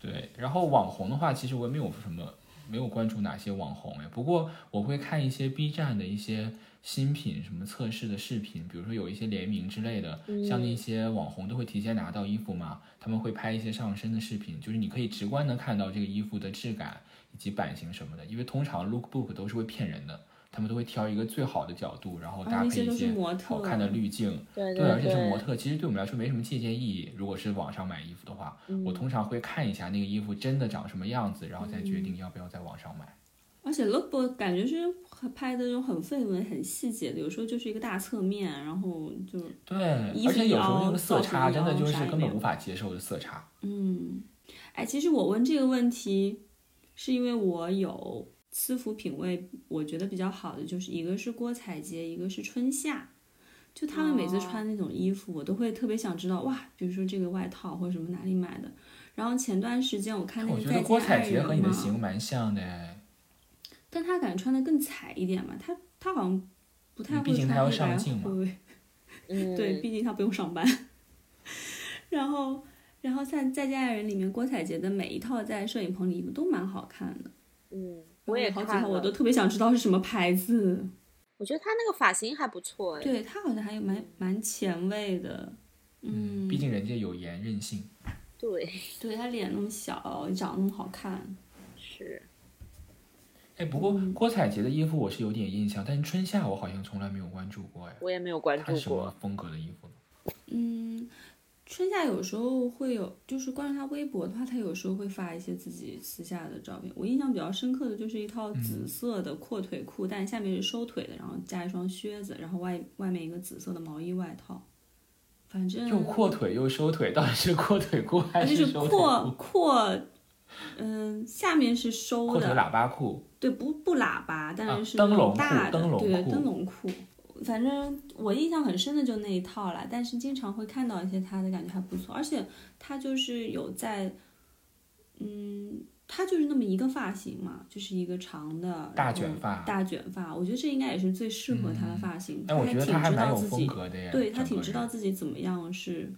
对，然后网红的话，其实我也没有什么没有关注哪些网红哎，不过我会看一些 B 站的一些新品什么测试的视频，比如说有一些联名之类的，嗯像那些网红都会提前拿到衣服嘛，他们会拍一些上身的视频，就是你可以直观的看到这个衣服的质感以及版型什么的，因为通常 lookbook 都是会骗人的。他们都会挑一个最好的角度，然后啊搭那配些一都是些模特好看的滤镜，对对，而且是模对，特，其实对我们来说没什么借鉴意义。如果是网上买衣服的话，我嗯通常会看一下那个衣服真的长什么样子，然后再决嗯定要不要在网上买。而且 lookbook 感觉是很拍的那种很氛围、很细节的，有时候就是一个大侧面，然后就对，衣而服且有时候腰那个色造型差真的腰就啥是也根没本有无法接受的色差。嗯，哎，其实我问这个问题是因为我有私服品味，我觉得比较好的就是一个是郭采洁，一个是春夏。就他们每哦次穿那种衣服，我都会特别想知道哇，比如说这个外套或者什么哪里买的。然后前段时间我看那我个觉再得郭见采爱洁人和你的嘛型蛮像的，但他敢穿的更彩一点嘛，他他好像不太嗯会穿毕竟他要黑白上镜嘛灰嗯，对，毕竟他不用上班。然后，然后在《再见爱人》里面，郭采洁的每一套在摄影棚里衣服都蛮好看的。嗯，我也有好几看套，了，我都特别想知道是什么牌子。我觉得他那个发型还不错哎，对他好像还有蛮蛮前卫的，嗯，毕竟人家有颜任性。对，对他脸那么小，长那么好看，是，哎，不过嗯郭采洁的衣服我是有点印象，但是春夏我好像从来没有关注过哎，我也没有关她注什么过，风格的衣服呢？嗯。春夏有时候会有，就是关注他微博的话，他有时候会发一些自己私下的照片。我印象比较深刻的就是一套嗯紫色的阔腿裤，但下面是收腿的，然后加一双靴子，然后外外面一个紫色的毛衣外套。反正又阔腿又收腿，到底是阔腿裤还啊，嗯就是收腿裤？阔阔，嗯、下面是收阔腿的，喇叭裤，对，不不喇叭，啊但是是灯那种笼大裤的，灯笼对裤灯笼裤。反正我印象很深的就那一套啦，但是经常会看到一些他的，感觉还不错。而且他就是有在，嗯，他就是那么一个发型嘛，就是一个长的大然后卷发嗯大卷发。我觉得这应该也是最适合他的发型。哎，我觉得他她还挺知蛮道有自风己，格的耶。对他整挺个知人道自己怎么样是，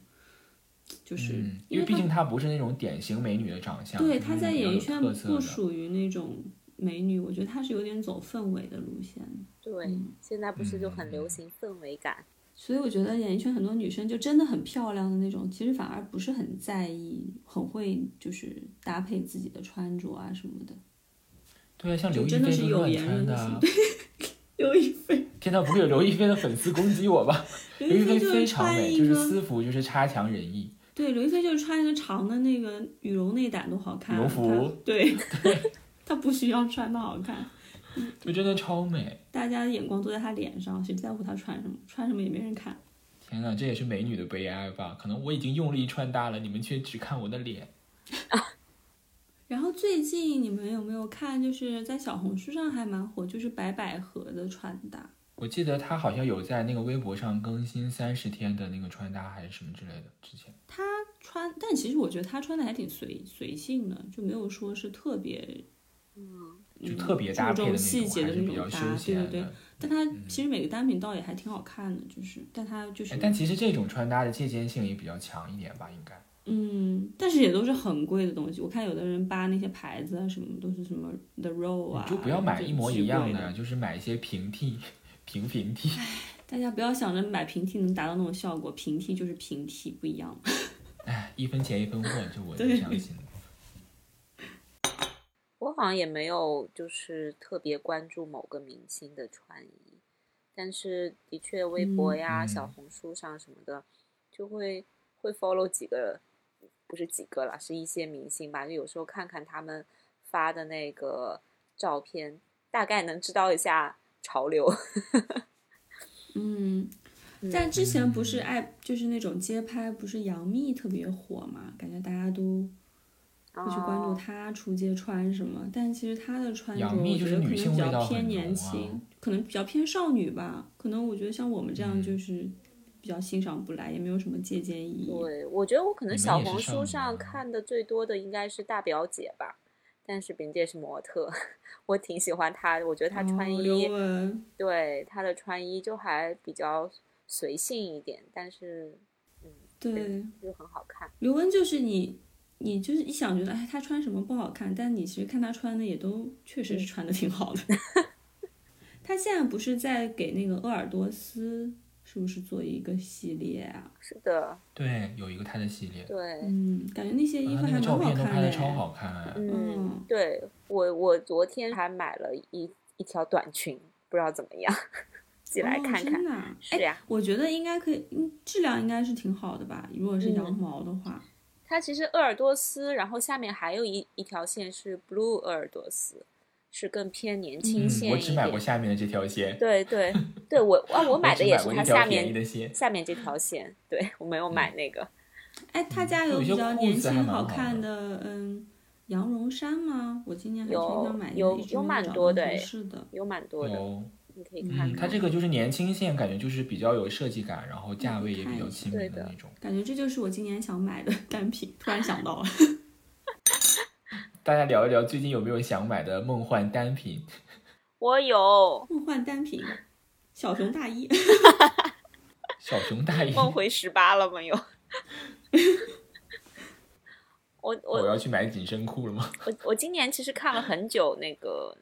就嗯，是、因因为为毕他竟她不是那种典型美女的长相，对，就她是在比较演艺有圈特色不的属于那种美女，我觉得她是有点走氛围的路线的，对，嗯现在不是就很流嗯行氛围感，所以我觉得演艺圈很多女生就真的很漂亮的那种，其实反而不是很在意，很会就是搭配自己的穿着啊什么的。对啊，像就刘亦菲真的是是有乱颜穿任的性啊。刘亦菲，天呐，不会有刘亦菲的粉丝攻击我吧？ 刘刘亦菲菲就非是常穿美，一就是个，私服就是差强人意。对，刘亦菲就是穿一个长的那个羽绒内胆多好看羽啊，绒 服她对，她不需要穿的好看，就真的超美。大家的眼光都在她脸上，谁在乎她穿什么？穿什么也没人看。天呐，这也是美女的悲哀吧？可能我已经用力穿搭了，你们却只看我的脸。然后最近你们有没有看，就是在小红书上还蛮火，就是白百合的穿搭，我记得她好像有在那个微博上更新三十天的那个穿搭还是什么之类的，之前她穿，但其实我觉得她穿的还挺随随性的，就没有说是特别，嗯，就特别搭配注的那种，重细节还的是那比较种搭，休对闲对的。嗯对。但她其实每个单品倒也还挺好看的，就是，但她就是哎，但其实这种穿搭的借鉴性也比较强一点吧，应该。嗯，但是也都是很贵的东西。我看有的人扒那些牌子啊，什么都是什么 The Row 啊，你就不要买就一模巨一样贵的，就是买一些平替、平平 替。大家不要想着买平替能达到那种效果，平替就是平替，不一样。哎，一分钱一分货，这我是对相信的。我好像也没有就是特别关注某个明星的穿衣，但是的确微博嗯呀、嗯小红书上什么的，就会会 follow 几个，不是几个啦，是一些明星吧，就有时候看看他们发的那个照片，大概能知道一下潮流。嗯，但之前不是爱就是那种街拍，不是杨幂特别火嘛？感觉大家都会去关注哦她出街穿什么，但其实她的穿着，杨幂我就觉是得可能女性比味道较很偏浓年啊轻，可能比较偏少女吧。可能我觉得像我们这样嗯就是比较欣赏不来，也没有什么借鉴意义。对，我觉得我可能你们小也是红少书女上啊看的最多的应该是大表姐吧，但是别人家是模特， 我挺喜欢她，我觉得她穿哦、刘衣，雯，对她的穿衣就还比较随性一点，但是对。又很好看。刘雯就是你，你就是一想觉得哎，她穿什么不好看，但你其实看她穿的也都确实嗯是穿的挺好的。 她现在不是在给那个鄂尔多斯是不是做一个系列啊？是的，对，有一个她的系列，对，嗯，感觉那些衣啊服那个还蛮照好片都看拍的的哎。超好看。嗯嗯，对我我昨天还买了一一条短裙，不知道怎么样， 寄来看哦、真看。的、啊，是呀，我觉得应该可以，嗯，质量应该是挺好的吧？如果是嗯羊毛的话，它其实鄂尔多斯，然后下面还有一一条线是 blue 鄂尔多斯，是更偏年轻嗯线一点。我只买过下面的这条线，对对对，我啊，我买只的也买是过它一条下便宜面的嗯线。下面这条线，对我没有买那个。哎，他家有嗯有些比较裤年子还轻蛮好好看的的，嗯，羊绒衫吗？我今年还挺有想买一个，有一直有没蛮找多到的哎合诶适的。有蛮多的，有，你可以看哦嗯，它看。这个就是年轻线，感觉就是比较有设计感，然后价位也比较亲民对的的那种。感觉这就是我今年想买的单品，突然想到了。大家聊一聊最近有没有想买的梦幻单品？我有梦幻单品，小熊大衣。 小熊大衣，梦回十八了没有？我我我要去买紧身裤了吗？我我今年其实看了很久那个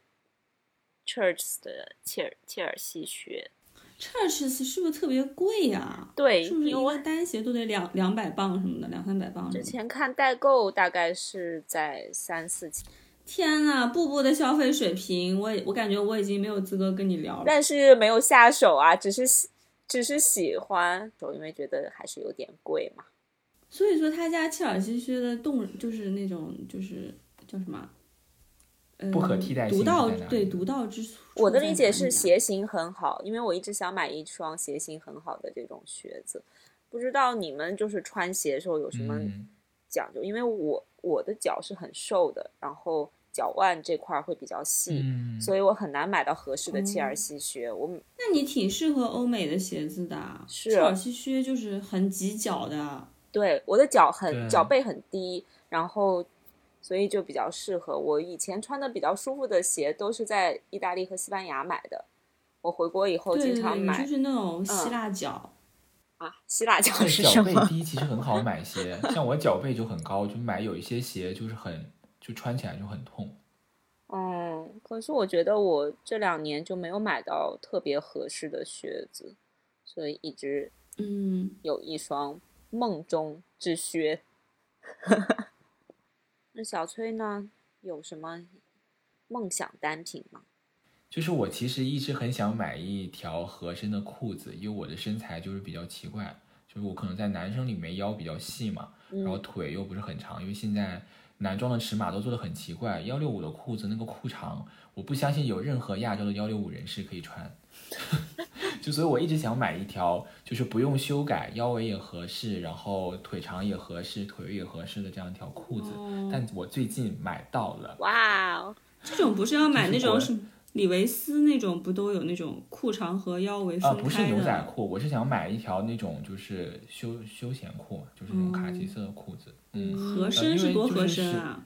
Church 的切尔切尔西靴， Churches 是不是特别贵呀、对，是不是一因为我个单鞋都得两两百磅什么的，两三百磅什啊之么的？前看代购大概是在三四千，天呐，步步的消费水平，我也我感觉我已经没有资格跟你聊了。但是没有下手啊，只是喜只是喜欢，因为觉得还是有点贵嘛。所以说，他家切尔西靴的动就是那种就是叫什么？呃不可替代性独到在哪里对独到之处。我的理解在哪是里啊鞋型很好，因为我一直想买一双鞋型很好的这种靴子。不知道你们就是穿鞋的时候有什么嗯，讲究？因为我我的脚是很瘦的，然后脚腕这块儿会比较细，嗯，所以我很难买到合适的切哦尔西靴。我那你挺适合欧美的鞋子的啊，是切尔西靴就是很挤脚的。对我的脚对很脚背很低，然后所以就比较适合我。以前穿的比较舒服的鞋都是在意大利和西班牙买的，我回国以后对对经常对，买嗯就是那种希腊脚。啊。希腊脚但是什脚背么？低其实很好买鞋，像我脚背就很高，就买有一些鞋就是很就穿起来就很痛。嗯，可是我觉得我这两年就没有买到特别合适的靴子，所以一直嗯，有一双梦中之靴。 那小崔呢？有什么梦想单品吗？就是我其实一直很想买一条合身的裤子，因为我的身材就是比较奇怪，就是我可能在男生里面腰比较细嘛，然后嗯，腿又不是很长，因为现在男装的尺码都做的很奇怪，幺六五的裤子那个裤长，我不相信有任何亚洲的幺六五人士可以穿。 就所以，我一直想买一条，就是不用修改，腰围也合适，然后腿长也合适，腿围也合适的这样一条裤子。哦但我最近买到了，哇哦！这种不是要买那就是国种什么李维斯那种，不都有那种裤长和腰围啊、分不是开牛的？仔裤，我是想买一条那种就是休休闲裤嘛，就是那种卡其色的裤子。嗯，合身是多合身啊！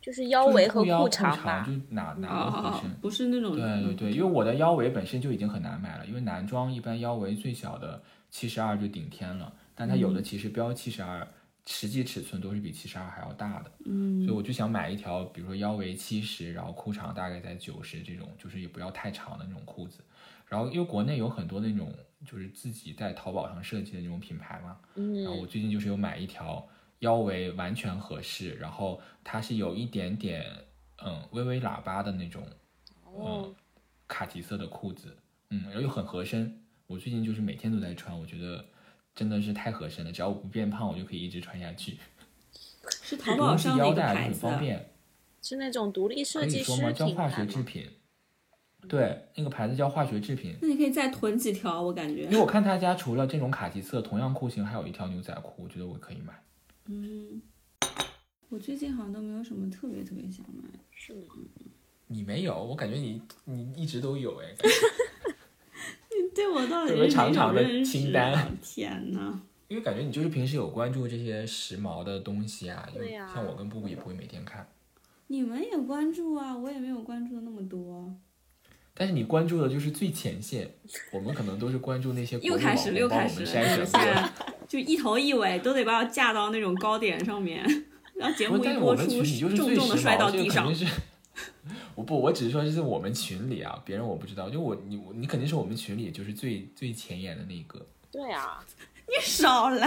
就是腰就是围和裤腰裤裤长长吧就。哪哪都合哦身。，不是那种对对对，因为我的腰围本身就已经很难买了，因为男装一般腰围最小的七十二就顶天了，但它有的其实标七十二，实际尺寸都是比七十二还要大的，所以嗯，我就想买一条，比如说腰围七十，然后裤长大概在九十这种，就是也不要太长的那种裤子。然后因为国内有很多那种就是自己在淘宝上设计的那种品牌嘛，然后我嗯，最近就是有买一条腰围完全合适，然后它是有一点点嗯微微喇叭的那种。嗯哦，呃卡其色的裤子，嗯，然后又很合身。我最近就是每天都在穿，我觉得真的是太合身了。只要我不变胖，我就可以一直穿下去。是淘不宝用系上的腰一个带，就牌很子啊方便。是那种独立可设以计说师吗？叫品化牌学制吗？品，对，那个牌子叫化学制品。那你可以再囤几条，我感觉因为。我看他家除了这种卡其色，同样裤型还有一条牛仔裤，我觉得我可以买。嗯，我最近好像都没有什么特别特别想买。是吗？你没有，我感觉你你一直都有哎。你对我到底有是个哪种长长的认识清单啊天呐， 因为感觉你就是平时有关注这些时髦的东西啊，因为对呀像我跟布布也不会每天看，你们也关注啊，我也没有关注的那么多。但是你关注的就是最前线，我们可能都是关注那些国又内开网始了，红又帮开我始哎们了，筛选那我现过在 就一头一尾都得把我架到那种高点上面，然后节不目是但一是我播们群出里就是，重最重的时摔髦，到这地个肯定。上是。 我不，我只是说是我们群里啊，别人我不知道，就我你我你肯定是我们群里就是最最前沿的那一个。对啊，你少来，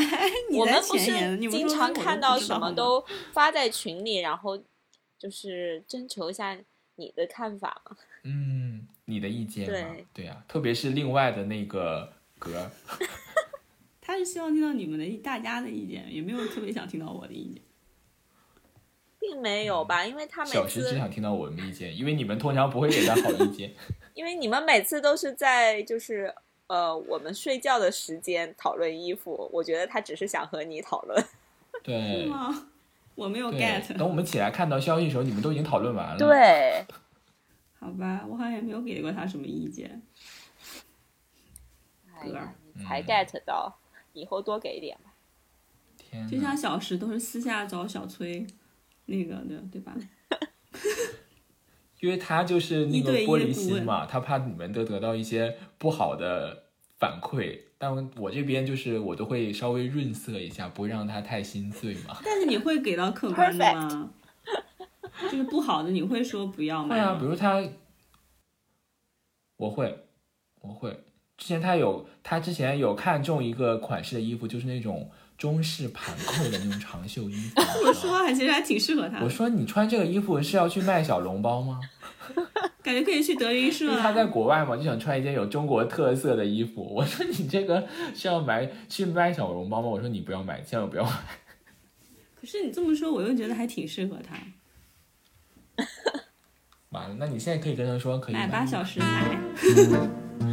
你我在们不前是沿，你们经说常的我看不到知什道么吗都发在群里，然后就是征求一下你的看法嘛。嗯，你的意见嘛对，对呀、啊特别是另外的那个格，他是希望听到你们的大家的意见，也没有特别想听到我的意见。并没有吧，因为他每嗯小石只次，想听到我们的意见，因为你们通常不会给他好意见。 因为你们每次都是在就是呃我们睡觉的嗯时间讨论衣服，我觉得他只是想和你讨论。对，吗？我没有对 get。等我们起来看到消息的时候，你们都已经讨论完了。，对，哎好吧，我好像也没有给过他什么意见。哎啊呀，你嗯才 get 到，以后多给一点吧。天就哪像小石都是私下找小崔，那个的，对吧？因为他就是那一个对一玻璃的顾心问嘛，他怕你们都得到一些不好的反馈，但我这边就是我都会稍微润色一下，不会让他太心碎嘛。但是你会给到客观 的吗？就是不好的，你会说不 要会买啊，比吗？如他，我会，我会。之前他有，他之前有看中一个款式的衣服，就是那种中式盘扣的那种长袖衣服。 我说还其实还挺适合他我的，说你穿这个衣服是要去卖小笼包吗？感觉可以去德云因社为啊。他在国外嘛，就想穿一件有中国特色的衣服。我说你这个是要买去卖小笼包吗？我说你不要买，千万不要买。可是你这么说，我又觉得还挺适合他。完了，那你现在可以跟他说可以买吧，小石买。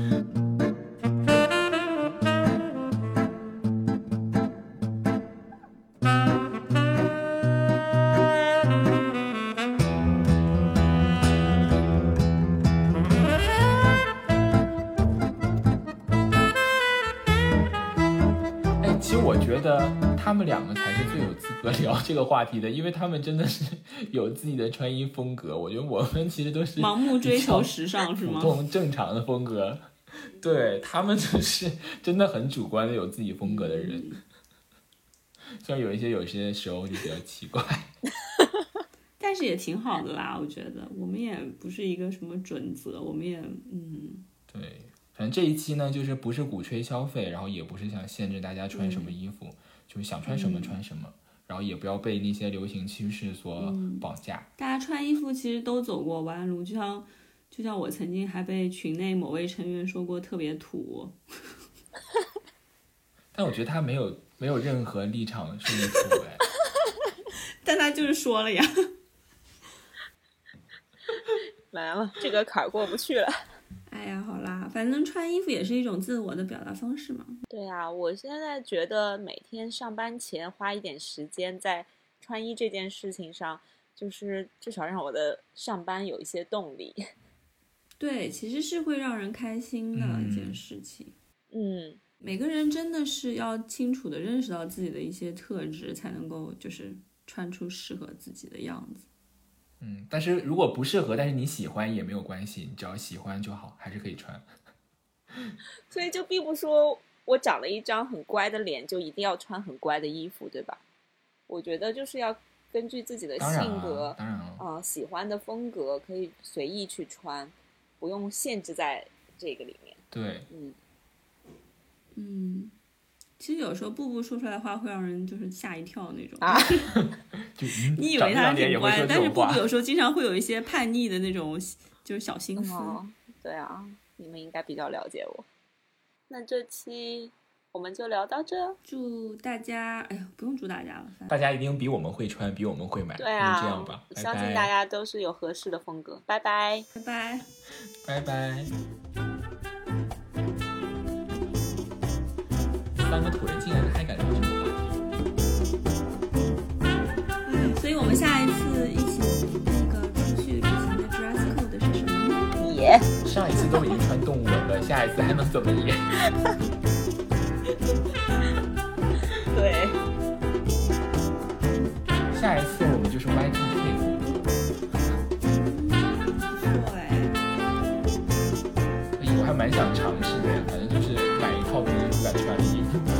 哎，其实我觉得他们两个才是最有资格聊这个话题的，因为他们真的是有自己的穿衣风格。我觉得我们其实都是盲目追比较求时尚是普吗？通正常的风格，对他们就是真的很主观的有自己风格的人。嗯 虽然有一些有些时候就比较奇怪，但是也挺好的啦，我觉得我们也不是一个什么准则，我们也嗯，对，反正这一期呢，就是不是鼓吹消费，然后也不是想限制大家穿什嗯么衣服，就是想穿什么穿什么，然后也不要被那些流行趋势所嗯绑架。大家穿衣服其实都走过弯路，就像就像我曾经还被群内某位成员说过特别土， 但我觉得他没有没有任何立场是你土哎， 但他就是说了呀，完了，这个坎儿过不去了。 哎呀，好啦，反正穿衣服也是一种自我的表达方式嘛。对呀、我现在觉得每天上班前花一点时间在穿衣这件事情上，就是至少让我的上班有一些动力。 对，其实是会让人开心的一件嗯事情。嗯，每个人真的是要清楚的认识到自己的一些特质，才能够就是穿出适合自己的样子。嗯，但是如果不适合，但是你喜欢也没有关系，你只要喜欢就好，还是可以穿。所以就并不说我长了一张很乖的脸就一定要穿很乖的衣服，对吧？我觉得就是要根据自己的当然性了、格，当然哦了，啊、喜欢的风格可以随意去穿，不用限制在这个里面。对，嗯，嗯，其实有时候步步说出来的话会让人就是吓一跳那种。啊就、嗯、你以长为这他张脸也会挺乖，说这但是种步话步。有时候经常会有一些叛逆的那种，就是小心思。哦， 对啊，你们应该比较了解我。那这期我们就聊到这。祝大家，哎呀，不用祝大家了，反正大家一定比我们会穿，比我们会买，对那就啊，这样吧，拜相拜，信大家都是有合适的风格。拜拜。拜拜。拜拜。三个土人竟然还敢聊这种话题，嗯，所以我们下一次一起那个出去旅行的 dress code 是什么呢？耶、上一次都已经穿动物纹了，下一次还能怎么演？ 对。 下一次我们就是 Y2K 风格。对，哎我还蛮想尝试的，反正就是买一套不敢穿的衣服。